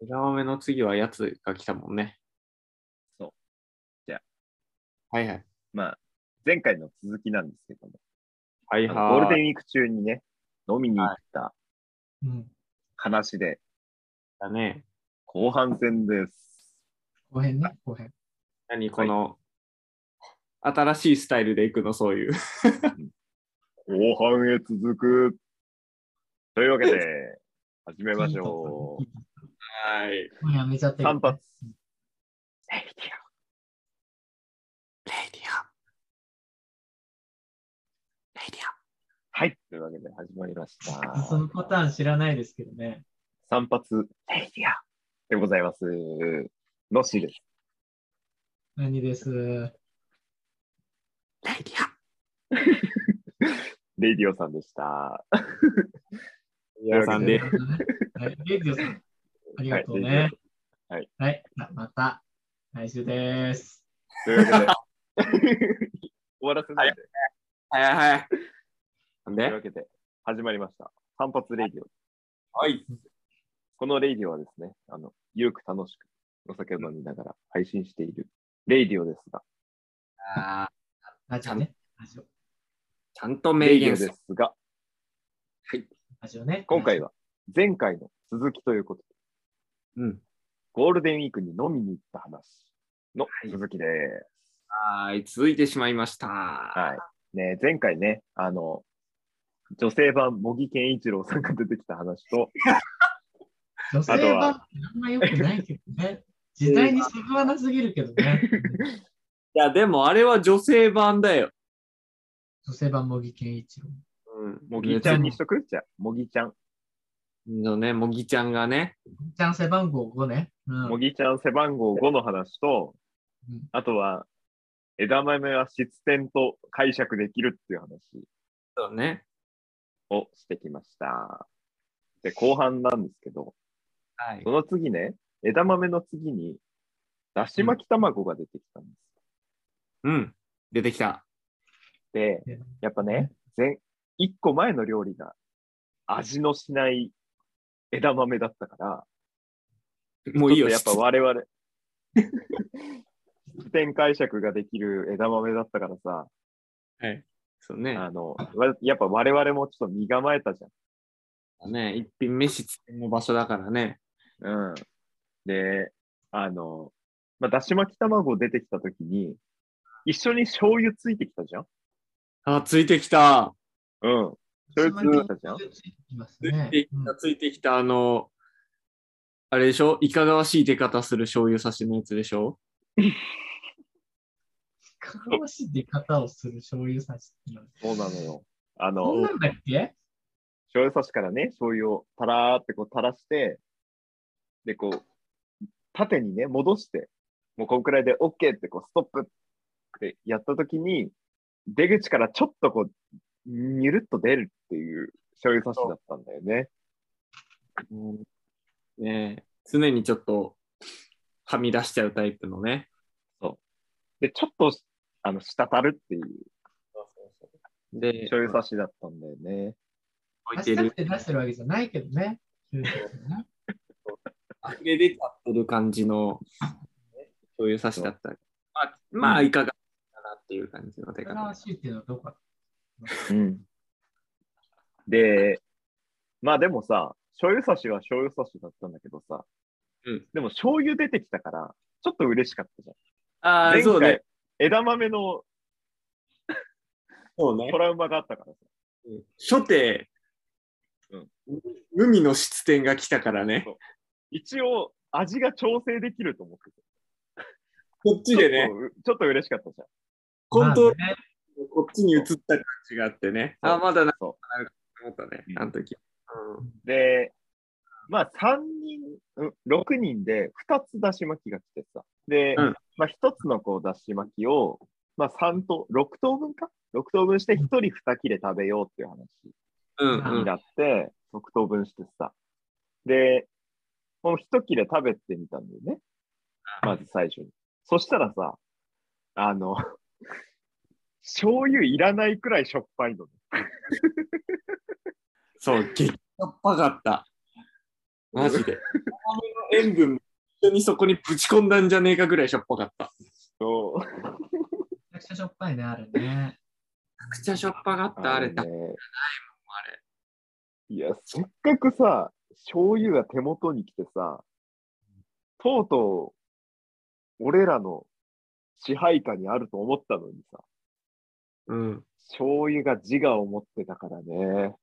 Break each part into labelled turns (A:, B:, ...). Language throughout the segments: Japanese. A: 枝豆の次はやつが来たもんね。
B: そう。じゃあ
A: はいはい。
B: まあ、前回の続きなんですけども、
A: はい
B: あ
A: は
B: のゴールデンウィーク中にね、飲みに行った
C: うん。
B: 話で、
A: だね。
B: 後半戦です。
C: 後編ね、後編。
A: 何この、新しいスタイルで行くの、そういう。
B: 後半へ続く。というわけで、始めましょう。
A: はい。
C: もうやめちゃ ってる
B: 散髪
A: レイディオ。レイディオ。レイディ
B: はい。というわけで、始まりました。
C: そのパターン知らないですけどね。
B: 散髪、レイディアでございます。のしです。
C: 何です。
A: オ。レイディ
B: レイディオさんでした。
A: オ。皆さんで。
C: はいレイディオさん。ありがと
B: は
C: う
B: いレイ
C: ね
B: ディ。はい。
C: はい。じゃあまた来週です。
B: というわけで、 終わらせないで。
A: はいはいはい。なん
B: とい
A: で
B: うわけで、始まりました。散髪レイディオ。
A: はい。
B: このレイディオはですね、あの、ゆるく楽しくお酒を飲みながら配信しているレイディオですが、
A: あー
C: ラジオね。ラジオ。
A: ちゃんと
B: レ
A: 名
B: イディ
A: 言
B: オ
A: す
B: で
A: る。
B: すが、
C: ラジオね。
B: 今回は前回の続きということで、
A: うん。
B: ゴールデンウィークに飲みに行った話の続きで
A: はい。続いてしまいました。
B: す。はい。ね、前回ね、あの、女性版茂木健一郎さんが出てきた話と、
C: 女性
B: あと
C: 版
B: は
C: ってあんま良くないけどね。時代に逆らわなすぎるけどね。
A: いや、でもあれは女性版だよ。
C: 女性版茂木健一郎。
A: うん。
B: 茂木ちゃんにしとくじゃあ、茂木ちゃん。
A: のね、もぎちゃんがね。
C: ちゃん背番号5ね。うん
B: 茂木ちゃん背番号5の話と
C: うん、
B: あとは、枝豆は質点と解釈できるっていう話
A: そうね。
B: をしてきました。で、後半なんですけど、
A: はい
B: そ。の次ね、枝豆の次に、だし巻き卵が出てきたんです。
A: うん。出てきた。
B: で
C: うん、
B: やっぱね、前、一個前の料理が味のしない枝豆だったから、
A: もういいよ。
B: ちょっとやっぱ我々、 視点解釈ができる枝豆だったからさ、
A: そうね。
B: あの、わやっぱ我々もちょっと身構えたじ
A: ね一品飯つけの場所だからね。
B: ゃん。うん。で、あの、まあ、だし巻き卵出てきたときに、一緒に醤油ついてきたじゃん
A: あ、ついてきた。
B: うん。醤油ついてきたじゃん
C: ついてきます
A: つ
C: ね
A: いてき
C: うん
A: た、ついてきた。あの、あれでしょいかがわしい出方する醤油差しのやつでしょ
C: かかわしい出方をする醤油差しっていうのは
B: そうなのよ。あの、
C: そんなんだっけ
B: 醤油差しからね、醤油をたらーってこう垂らして、で、こう、縦にね、戻して、もうこんくらいで OK ってこう、ストップってやったときに、出口からちょっとこう、にゅるっと出るっていう醤油差しだったんだよね。
A: うんねえ常にちょっとはみ出しちゃうタイプのね。
B: で、ちょっと、あの、滴るっていう
A: で、
B: 醤油差しだったんだよね。
A: 置いて
C: 出したく
A: る。
C: て出してるわけじゃないけどね。う
A: 溢れ出ちゃってる感じの醤油差しだった。まあ、まあ、
B: うん
A: いかがかなっていう感じの出
C: かか
A: 方
C: わ。しいっていうのはどこか。
B: うん。で、まあでもさ、醤油差しは醤油差しだったんだけどさ、
A: うん
B: でも醤油出てきたから、ちょっと嬉しかったじゃん。
A: ああ、
B: 前
A: そうね
B: 回。枝豆の
A: そうね
B: トラウマがあったからさ。
A: 初手、
B: うん
A: 無味の質点が来たからね。
B: そう一応、味が調整できると思ってて。
A: こっちでね、
B: ちょっとちょっと嬉しかったじゃん。
A: コントロー
C: まあね
A: ルこっちに移った感じがあってね。あ、まだなんか
B: そ
A: 思ったね
B: う、ん
A: あの時。
B: う。で、まあ、3人、うん6人で2つだし巻きが来てさ。で、
A: うん
B: まあ、1つのこうだし巻きを、まあ、3と、6等分か ?6 等分して1人2切れ食べようっていう話。
A: うん、うん、う
B: に
A: ん。
B: なって、即等分してさ。で、この一切れ食べてみたんだよね。まず最初に。そしたらさ、あの、 醤油いらないくらいしょっぱいのね。
A: そう、激しょっぱかった。マジで。塩分も一緒にそこにぶち込んだんじゃねえかぐらいしょっぱかった。
B: そう。
C: めちゃくちゃしょっぱいね、あれね。
A: めちゃくちゃしょっぱかった、あれ、
B: ね
A: だあれ。
B: いや、せっかくさ、醤油が手元に来てさ、とうとう、俺らの支配下にあると思ったのにさ、
A: うん。
B: 醤油が自我を持ってたからね。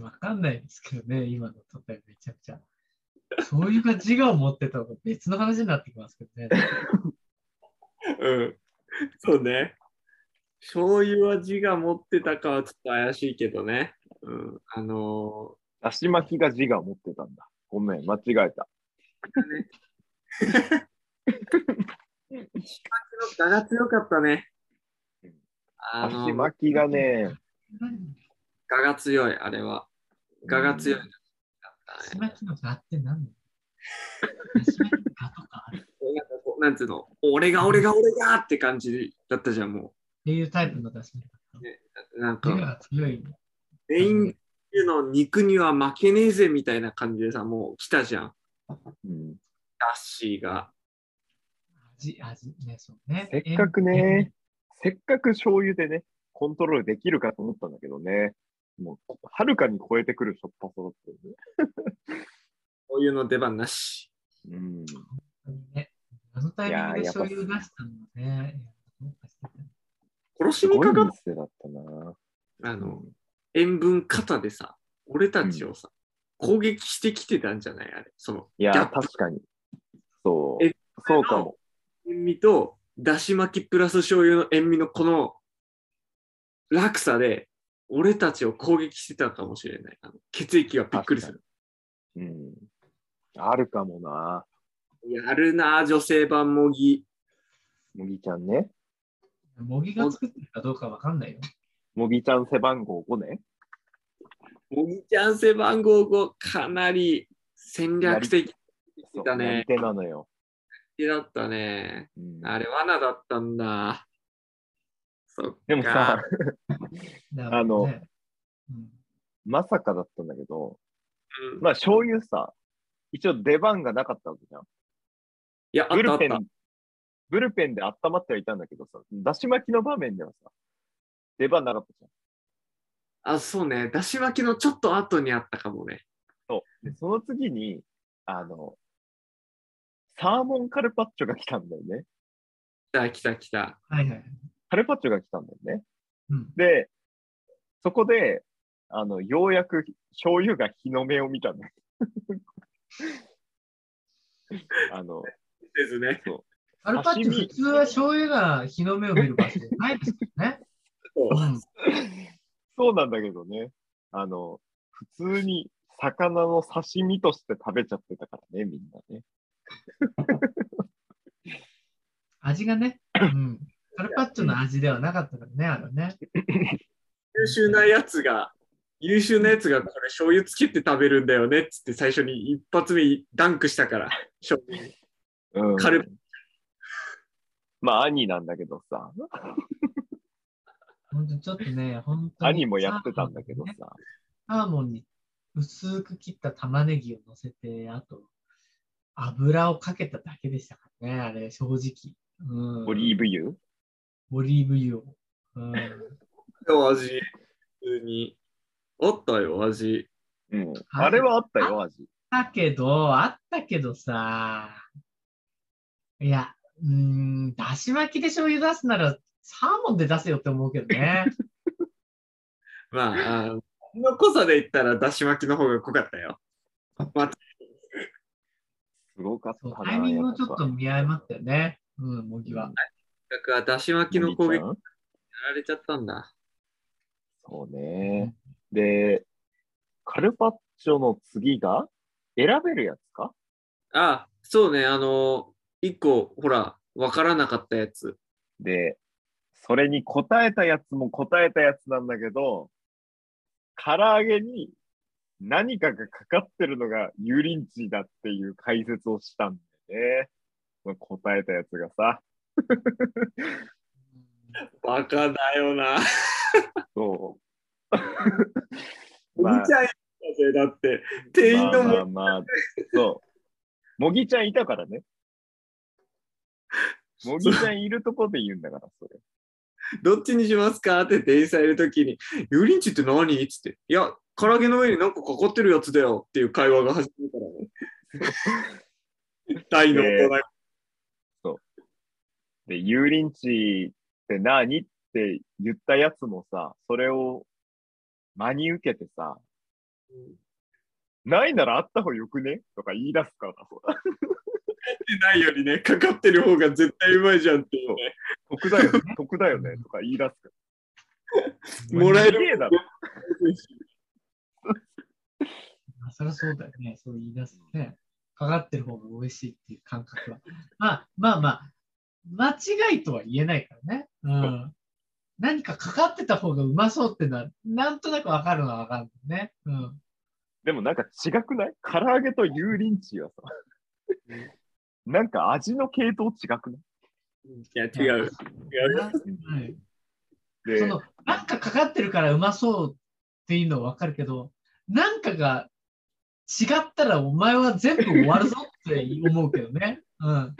C: わかんないですけどね、今の例えめちゃくちゃ。そういうか自我を持ってた方が別の話になってきますけどね。
A: うん。そうね。醤油は自我持ってたかはちょっと怪しいけどね。うん。あの
B: だし巻きが自我を持ってたんだ。ごめん、間違えた。
A: ー、我が強かったね
B: うん。
A: あ
B: だ
A: の
B: し巻きがね、
A: 我が強い、あれは。我が強い。
C: しまきのガって何だよ。しまきのガとかあるっ
A: なんかこうなんつうの、俺が俺が俺がって感じだったじゃん、も
C: ていうタイプの出し物だっ
A: う。なん
C: た。自我
A: か、
C: が強い。
A: メインの肉には負けねえぜみたいな感じでさ、もう来たじゃん。
B: うん、
A: ダッシーが。
C: 味、味ね、そうね。
B: せっかく
C: 塩
B: ね、せっかく醤油でね、コントロールできるかと思ったんだけどね、もう、はるかに超えてくるしょっぱさだったよね。
A: こういうの出番なし。
B: うん、
C: 分ね。あのタイミングで醤油出したのね。どうかしてた
A: 殺し
B: す
A: に
B: ごい
A: かかっ
B: 店だったな。
A: あの、塩分肩でさ、俺たちをさ、攻撃してきてたんじゃないあれ。その、
B: い
A: ギャ
B: や、
A: ップ
B: 確かに。そう
A: え。
B: そうかも。
A: 塩味と、だし巻きプラス醤油の塩味のこの落差で、俺たちを攻撃してたかもしれない。あの血液がびっくりする。
B: うん。あるかもな。
A: やるなぁ、女性版模擬。
B: もぎちゃんね。
C: 模擬が作ってるかどうかわかんないよ。
B: もぎちゃん背番号5ね。
A: 模擬ちゃん背番号5、かなり戦略的
B: そう
A: だね
B: やり手なのよ。
A: だったね。
B: うん
A: あれ、罠だったんだ。そっか。
B: でもさ、
C: だからね
B: あの
C: うん
B: まさかだったんだけど、
A: うん
B: まあ醤油さ、一応出番がなかったわけじゃん。
A: いや、あっ
B: ブ
A: たあっ
B: ルペ
A: た。
B: ン、ブルペンで温まってはいたんだけどさ、だし巻きの場面ではさ、出番なかったじゃん。
A: あ、そうね。だし巻きのちょっと後にあったかもね。
B: で、その次に、あの、サーモンカルパッチョが来たんだよね。
A: 来た来た来た。
C: はいはい。
B: カルパッチョが来たんだよね。
C: うん。
B: で、そこで、あの、ようやく醤油が日の目を見たの。 あの、
A: ですね。
C: アルパッチ
B: 刺身
C: 普通は醤油が日の目を見る場所じゃないですけどね。うん
B: そうなんだけどね。あの、普通に魚の刺身として食べちゃってたからね、みんなね。
C: 味がね、うん。カルパッチョの味ではなかったからね、あのね。
A: 優秀なやつが、優秀なやつがこれ醤油つけて食べるんだよねっつって最初に一発目ダンクしたから。醤油に
B: うん
A: カルパ
B: まあ、兄なんだけどさ。
C: ほんとちょっとね、ほんとに。
B: 兄もやってたんだけど
C: サ
B: さ。
C: ーモンに薄く切った玉ねぎを乗せて、あと、油をかけただけでしたからね、あれ、正直。うん、
B: オリーブ油
C: オリーブ油を。うん、
A: の味、普通に。あったよ、味。
B: うん。あれはあったよ、味。
C: だけど、あったけどさ、いや、うーん、だし巻きで醤油出すなら、サーモンで出せよって思うけどね。
A: まあ、あのの濃さで言ったらだし巻きの方が濃かったよ。
B: すごかっ
C: そう
B: たな。
C: タイミングをちょっと
B: やぱ
C: 見誤ったよね。うん、模擬は。
A: だからだし巻きの攻撃や
B: お兄ちゃん
A: られちゃったんだ。
B: そうね。で、カルパッチョの次が選べるやつか
A: あ、そうね、あの、一個、ほら、わからなかったやつ。
B: で、それに答えたやつも答えたやつなんだけど、唐揚げに何かがかかってるのが油淋鶏だっていう解説をしたんだよね。その答えたやつがさ、
A: バカだよな。
B: そう。
A: お
B: まあ
A: じちゃんやだぜだって、店員のも、
B: まあまあまあ、そう。もぎちゃんいたからね。もぎちゃんいるとこで言うんだから、それ。
A: どっちにしますかって店員さんいるときに、油淋鶏って何っつって、いや、唐揚げの上になんかかかってるやつだよっていう会話が始ま るからね。大の大人。
B: で、油淋鶏って何って言ったやつもさ、それを真に受けてさ、ないならあった方がよくねとか言い出すから、
A: ってないよりね、かかってる方が絶対うまいじゃんっていうね。
B: 得だ よね、得だよねとか言い出すか
A: もら
B: ら。
A: え
B: すげえ
A: る。
B: だろ。
C: まあ、そりゃそうだよね。そう言い出すね。かかってる方が美味しいっていう感覚は。 まあまあまあ、間違いとは言えないからね。うん。何かかかってた方がうまそうってのは、なんとなくわかるのはわかるんだよね。うん。
B: でもなんか違くない唐揚げと油淋鶏はさ、なんか味の系統違くない
A: いや、違う。違う。
C: なはい
B: で
C: その、なんかかかってるからうまそうっていうのはわかるけど、なんかが違ったらお前は全部終わるぞって思うけどね。うん。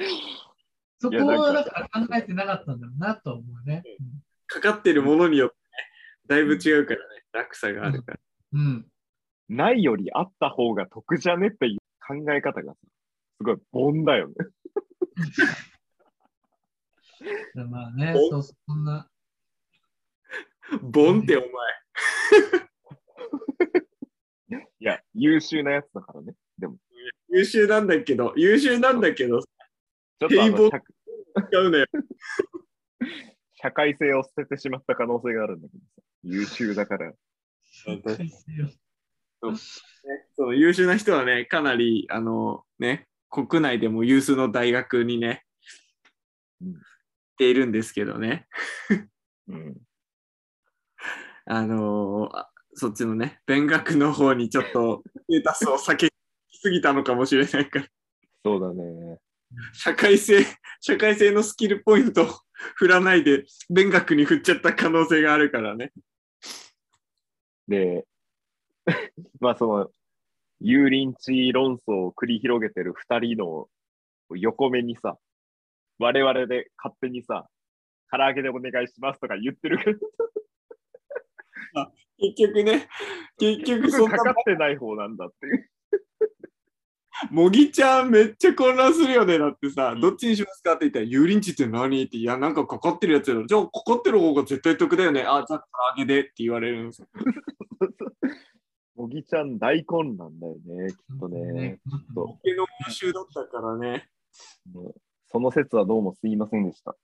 C: そこ
B: いや
C: を
B: な
C: だ
B: ん
C: から考えてなかったんだろうなと思うね。
A: かかってるものによって、ね、だいぶ違うからね、落差があるから。
C: うん。うん
B: ないよりあった方が得じゃねっていう考え方がさ、すごい凡だよね。
C: でまあね、
A: お
C: そうそんな。
A: ボンってお前、
B: いや、優秀なやつだからね。
A: 優秀なんだけど、優秀なんだけど、
B: ちょっとあ
A: 平凡
B: の社
A: 使うのよ。
B: 社会性を捨ててしまった可能性があるんだけどさ、優秀だから。
A: そう
C: 社会性を
A: そう優秀な人はね、かなり、あの、ね、国内でも有数の大学にね、
B: うん
A: 行っているんですけどね、
B: うん。
A: あのあそっちのね、勉学の方にちょっと、ステータスを避けすぎたのかもしれないから、
B: そうだね。
A: 社会性、社会性のスキルポイントを 振らないで、勉学に振っちゃった可能性があるからね。
B: で、 まあその、油淋鶏論争を繰り広げてる二人の横目にさ、我々で勝手にさ、唐揚げでお願いしますとか言ってるけど、
A: 結局ね、結局
B: 結
A: そ
B: 局
A: ん
B: かか
A: な、
B: ってない方なんだっていう。
A: もぎちゃんめっちゃ混乱するよね、だってさ、どっちにしますかって言ったら、油淋鶏って何って、いや、なんかかかってるやつだろ。じゃあ、かかってる方が絶対得だよね。あ、じゃあ、唐揚げでって言われるんですよ。
B: もぎちゃん大混乱だよね、きっとね。。
C: ちょっ
B: と
A: 家の応酬だったからね。
B: もうその説はどうもすいませんでした。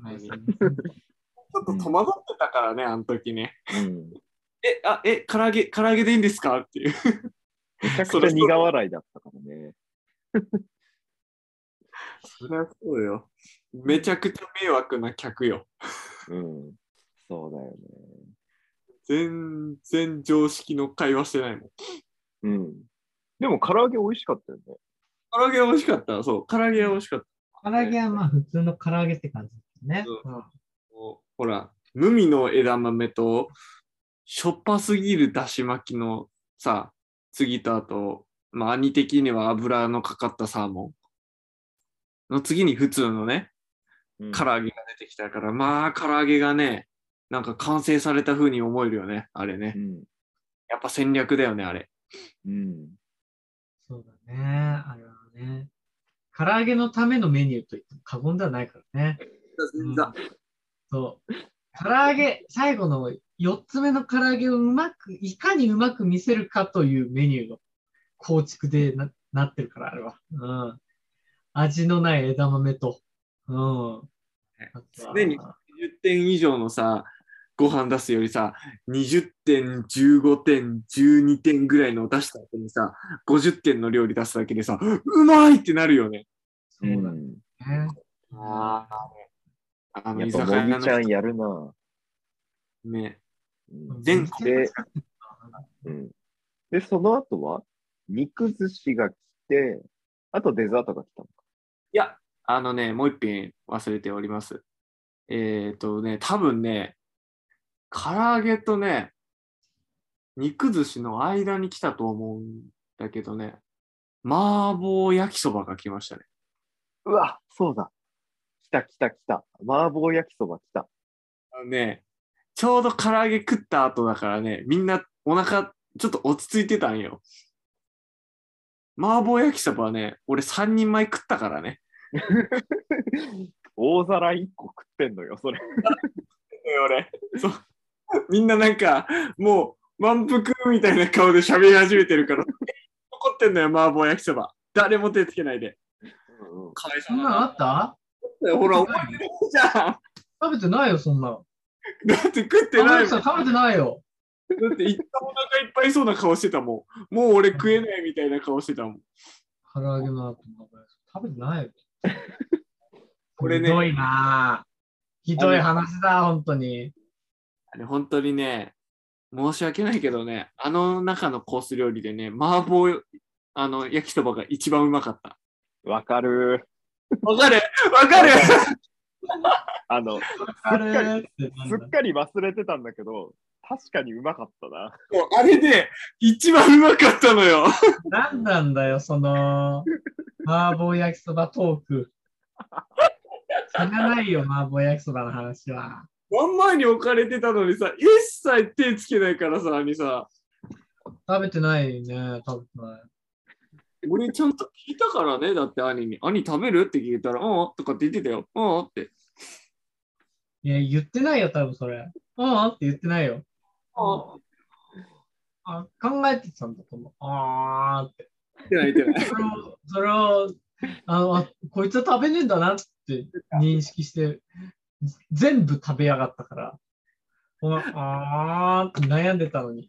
C: はい
A: ちょっと戸惑ってたからね、あの時ね。
B: うん。
A: え、あ、え、唐揚げ、唐揚げでいいんですかっていう。
B: めちゃくちゃ苦笑いだったからね。
A: そりゃそうよ。めちゃくちゃ迷惑な客よ。
B: うん。そうだよね。
A: 全然常識の会話してないもん。
B: うん。でも唐揚げ美味しかったよね。
A: 唐揚げは美味しかった。そう、唐揚げは美味しかった。
C: 唐揚げはまあ普通の唐揚げって感じですね。
A: う
C: うん
A: こうほら、無味の枝豆と、しょっぱすぎるだし巻きのさ、次とあと、まあ、兄的には油のかかったサーモンの次に普通のね、
B: うん
A: 唐揚げが出てきたから、まあ、唐揚げがね、なんか完成された風に思えるよね、あれね
B: う。ん。
A: やっぱ戦略だよね、あれ。
B: うん。
C: そうだね。あれはね。唐揚げのためのメニューと言っても過言ではないからね。
A: 全然
C: そう。唐揚げ、最後の4つ目の唐揚げをうまく、いかにうまく見せるかというメニューの構築でななってるから、あれは。うん。味のない枝豆と。うん。あとは
A: 常に10点以上のさ、ご飯出すよりさ、20点、15点、12点ぐらいのを出した後にさ、50点の料理出すだけでさ、うまいってなるよね。
C: そうだね。
A: ああ、あの
B: やっ
A: 居
B: ぱ
A: 酒
B: も
A: 屋
B: ぎちゃ
A: の
B: んやるな。
A: ね、
B: うん
A: 全
C: 国
B: でうん、で、その後は、肉寿司が来て、あとデザートが来たのか。
A: いや、あのね、もう一品忘れております。えっ、ー、とね、多分ね、唐揚げとね、肉寿司の間に来たと思うんだけどね、麻婆焼きそばが来ましたね。
B: うわ、そうだ。来た来た来た。麻婆焼きそば来た。
A: あのね、ちょうど唐揚げ食った後だからね、みんなお腹ちょっと落ち着いてたんよ。麻婆焼きそばはね、俺3人前食ったからね。
B: 大皿1個食ってんのよ、それ。
A: 俺。そう。みんななんか、もう満腹みたいな顔で喋り始めてるから、残ってんのよ、麻婆焼きそば。誰も手つけないで。
B: うんうん
A: かわいそ
C: そう
A: だ
C: ん
A: な
C: な
A: ん
C: あった
A: ほら、お前じゃん。
C: 食べてないよ、そんなの。
A: だって食って
C: 浜
A: ない
C: 口
A: も
C: さ
A: ん。
C: ん食べてないよ。
A: だっていったお腹いっぱいそうな顔してたもん。もう俺食えないみたいな顔してたもん。
C: 唐揚げマークの名前。食べてないよ。
A: これね
C: ひどいなぁひどい話だ、本当に。
A: あれ本当にね、申し訳ないけどね、あの中のコース料理でね、麻婆あの焼きそばが一番うまかった。
B: わかる。
A: わかるわかる
B: あの、
C: あれーってなん
B: す
C: だ
B: っかり忘れてたんだけど、確かにうまかったな。
A: そう あれで一番うまかったのよ。
C: なんなんだよ、その、麻婆焼きそばトーク。しゃがないよ、麻婆焼きそばの話は。
A: 真ん前に置かれてたのにさ、一切手つけないからさ、にさ、
C: 食べてないね、食べてない。
A: 俺ちゃんと聞いたからね、だって兄に、兄食べるって聞いたら、うんとかって言ってたよ、うんって。
C: いや、言ってないよ、多分それ。うんって言ってないよ。
A: うん
C: あ考えてたんだと思う。あーって。
A: 言ってない言ってない。
C: それを、それをあのあこいつは食べねえんだなって認識して、全部食べやがったから。このあーって悩んでたのに、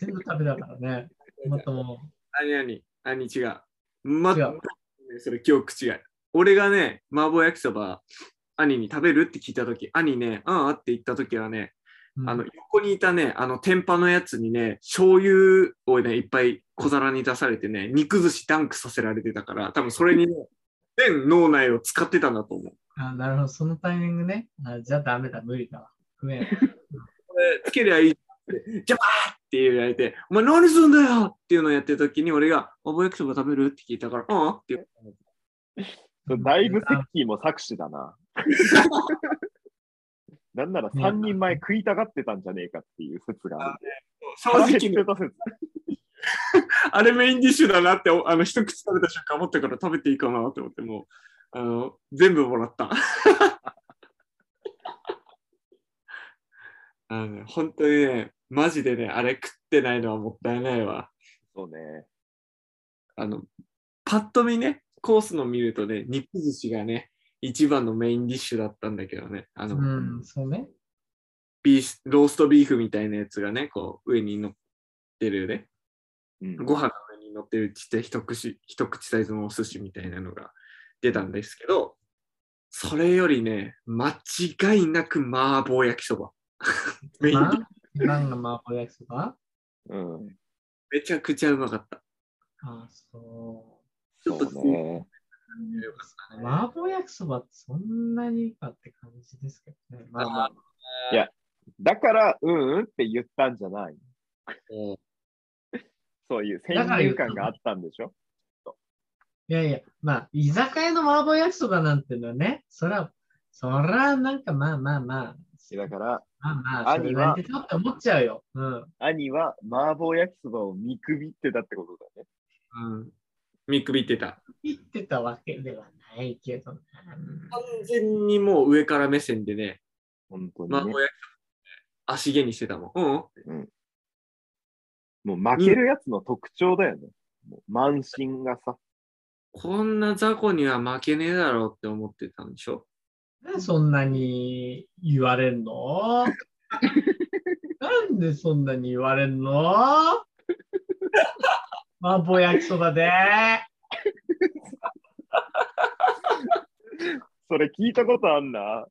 C: 全部食べたからね。またもう。
A: 何何何違う。ま
C: 違う
A: それ記憶違い。俺がね、麻婆焼きそば、兄に食べるって聞いたとき、兄ね、うんうんって言ったときはね、
C: うん
A: あの、横にいたね、あの、天パのやつにね、醤油をね、いっぱい小皿に出されてね、肉寿司ダンクさせられてたから、多分それにね、全脳内を使ってたんだと思う。
C: あなるほど、そのタイミングね。あじゃあダメだ、無理だわ。ごめん。
A: これつけりゃいいって。じゃあって言われて、お前何すんだよっていうのをやってるときに、俺が、麻婆焼きそば食べるって聞いたから、うんうんって言う
B: それだいぶセッキーも作詞だな。なんなら3人前食いたがってたんじゃねえかっていう説がある。
A: 正直
B: 腹減っ
A: に
B: てた説。
A: あれメインディッシュだなって、おあの、一口食べた瞬間思ったから食べていいかなって思って、もう、あの、全部もらった。 あのね、本当にね、マジでね、あれ食ってないのはもったいないわ。
B: そうね。
A: あの、パッと見ね、コースの見るとね、肉寿司がね、一番のメインディッシュだったんだけどね、あの、
C: うん、そうね。
A: ビースローストビーフみたいなやつがね、こう、上に乗ってるね。
B: うん
A: ご飯の上に乗ってるちっちゃい一口一口サイズのお寿司みたいなのが出たんですけど、それよりね、間違いなく麻婆焼きそば。 メイン
C: な何が麻婆焼きそば
B: うん。
A: めちゃくちゃうまかった。
C: あ、そ
A: ちょっ
B: そ
A: と
B: うね。
C: う。麻婆焼きそばってそんなにかって感じですけどね。まあまあ、
B: だから、うんうんって言ったんじゃない。
A: こ
B: そういう先
C: だから言
B: 入
C: った
B: 観があったんでしょ
C: いやいや、まあ、居酒屋の麻婆焼きそばなんてのはね、そら、そら、なんかまあまあまあ、
B: だから、
C: まあまあ、それなりでちょっと思っちゃうよ。うん。
B: 兄は麻婆焼きそばを見くびってたってことだね。
A: ううん、見くびってた。
C: 言ってたわけではないけど、ね、
A: 完全にもう上から目線でね、
B: 本当
A: 麻
B: に、ね
A: 婆。焼きそば足毛にしてたもん。うん、
B: もう負けるやつの特徴だよね。もう満身がさ。
A: こんな雑魚には負けねえだろうって思ってたんでしょ
C: なんでそんなに言われ んのなんでそんなに言われんの麻婆焼きそばで。
B: それ聞いたことあんな。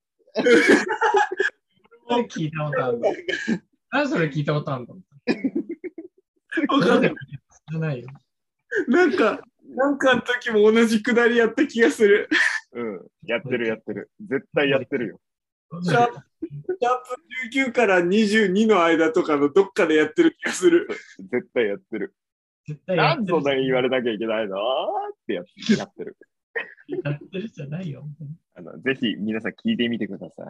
C: それ聞いたことあるの。何それ聞いたことあるの
A: わかんない
C: 知らないよ。
A: なんか、なんかの時も同じくだりやった気がする。
B: うん。やってるやってる。絶対やってるよ。
A: シャープシャープ19から22の間とかのどっかでやってる気がする。
B: 絶対やってる。
C: 絶対や
B: な
C: って
B: ん
C: る
B: でそんなに言われなきゃいけないのってやってやってる。
C: やってるじゃないよ。
B: あのぜひ皆さん聞いてみてくださ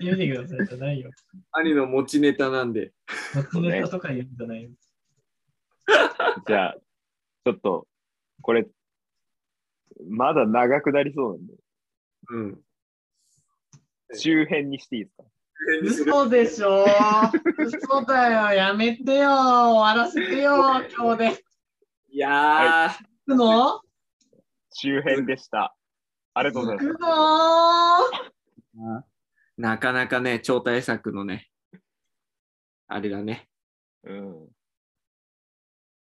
B: い。
C: やってみてくださいじゃないよ。
A: 兄の持ちネタなんで、
C: 松ネタとか言うんじゃないよ。
B: じゃあ、ちょっと、これ、まだ長くなりそうなんで、
A: うん。
B: 周辺にしていいですか
C: 嘘でしょ嘘だよ。やめてよ。終わらせてよ。今日で。
A: いやー、
C: 行くの
B: 周辺でした。ありがとうござい
C: 行
B: ま
C: く
B: す。
C: の
A: なかなかね、超大作のね、あれだね。
B: うん